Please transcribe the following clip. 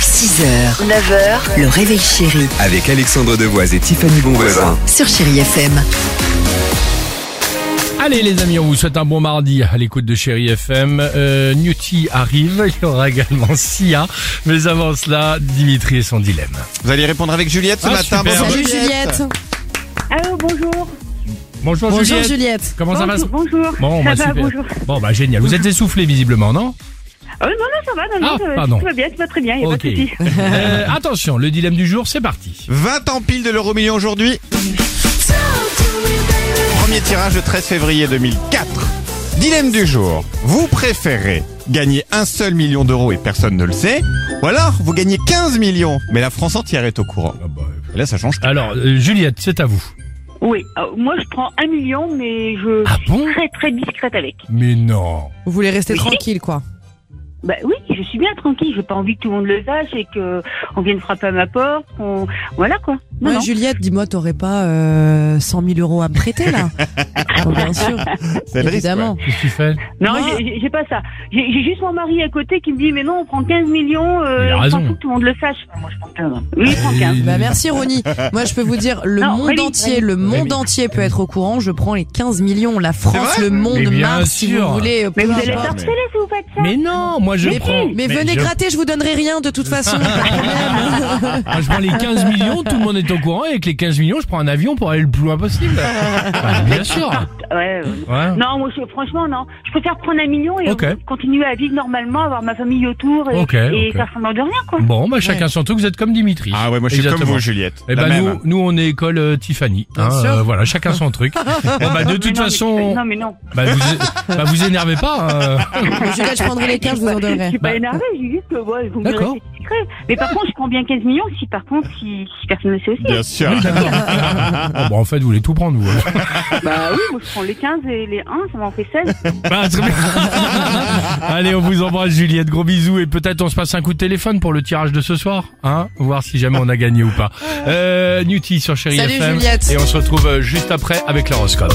6h, 9h, le réveil chéri Avec Alexandre Devoise et Tiffany Bonvoisin. sur Chérie FM. Allez les amis, on vous souhaite un bon mardi à l'écoute de Chéri FM. Euh, Newty arrive, il y aura également Sia, mais avant cela, Dimitri et son dilemme. Vous allez répondre avec Juliette ce Ah, matin. super. Bonjour, Salut Juliette. Allô, bonjour. Bonjour, Bonjour Juliette. Juliette. Comment ça va bonjour, bonjour. Bon, ça bah, va, super. bonjour. Bon bah génial, vous êtes essoufflé visiblement, non Ah oui, non, non, ça va, non, Ah, non, ça va, pardon. tout va bien, tout va très bien, il a Ok. pas de souci. Euh, Attention, le dilemme du jour, c'est parti. 20 ans pile de l'euro million aujourd'hui. Premier tirage le 13 février 2004. Dilemme du jour. Vous préférez gagner un seul million d'euros et personne ne le sait Ou alors vous gagnez 15 millions mais la France entière est au courant Et Là ça change. tout. Alors, euh, Juliette, c'est à vous. Oui, euh, moi je prends un million, mais je Ah bon suis très très discrète avec. Mais non. Vous voulez rester tranquille quoi. Bah oui, je suis bien tranquille, j'ai pas envie que tout le monde le sache et que on vienne frapper à ma porte, qu'on... Voilà quoi. Non, Ouais, non. Juliette, dis-moi, t'aurais pas euh, 100 000 euros à me prêter là Oh, Bien sûr, Ah, C'est le risque, ouais. évidemment. Qu'est-ce que tu fais Non, Moi- j'ai- j'ai j'ai pas ça. J'ai j'ai juste mon mari à côté qui me dit, mais non, on prend 15 millions, Il euh, a on raison. s'en fout que tout le monde le sache. Ah, Moi je prends 15. Oui, je prends 15. Bah merci Ronnie. Moi je peux vous dire, le Non, monde Rémi, entier, Rémi. le monde Rémi. entier peut être au courant. Je prends les 15 millions. La France, vrai le monde, Mais bien Mars, si sûr. vous voulez. euh, Mais peu vous allez importe. faire- harceler si vous faites ça. Mais non, moi je Mais, prends... mais venez je- gratter, je vous donnerai rien de toute façon. Moi, Ah, je prends les 15 millions, tout le monde est au courant, et avec les 15 millions, je prends un avion pour aller le plus loin possible. Ah. Bah, bien sûr. Ouais, euh, Ouais. Non, moi, je, franchement, non. Je préfère prendre un million et Ok. euh, continuer à vivre normalement, avoir ma famille autour et, Ok, et ok. faire semblant de rien, quoi. Bon, bah chacun son truc, vous êtes comme Dimitri. Ah ouais, moi je suis Exactement. comme vous Juliette. Eh La ben même. nous, nous on est école euh, Tiffany. Bien sûr. voilà, chacun son truc. Bon, bah, de Mais toute non, mais- façon, non, mais non. bah, vous, bah, vous énervez pas. euh. Juliette, je prendrai les 15, je vous en Je donnerai. suis pas Bah. énervée, j'ai juste que, ouais, vous me D'accord. restez discret. Mais par contre, je prends bien 15 millions si, par contre, si, si personne ne le sait aussi. Bien sûr. Oh, bah, en fait, vous voulez tout prendre. Vous. Bah oui, moi, je prends les 15 et les 1, ça m'en fait 16. Bah, très bien. Allez, on vous embrasse, Juliette. Gros bisous. Et peut-être on se passe un coup de téléphone pour le tirage de ce soir. Hein Voir si jamais on a gagné ou pas. Euh, Newty sur Chéri Salut, FM. Juliette. Et on se retrouve euh, juste après avec l'horoscope.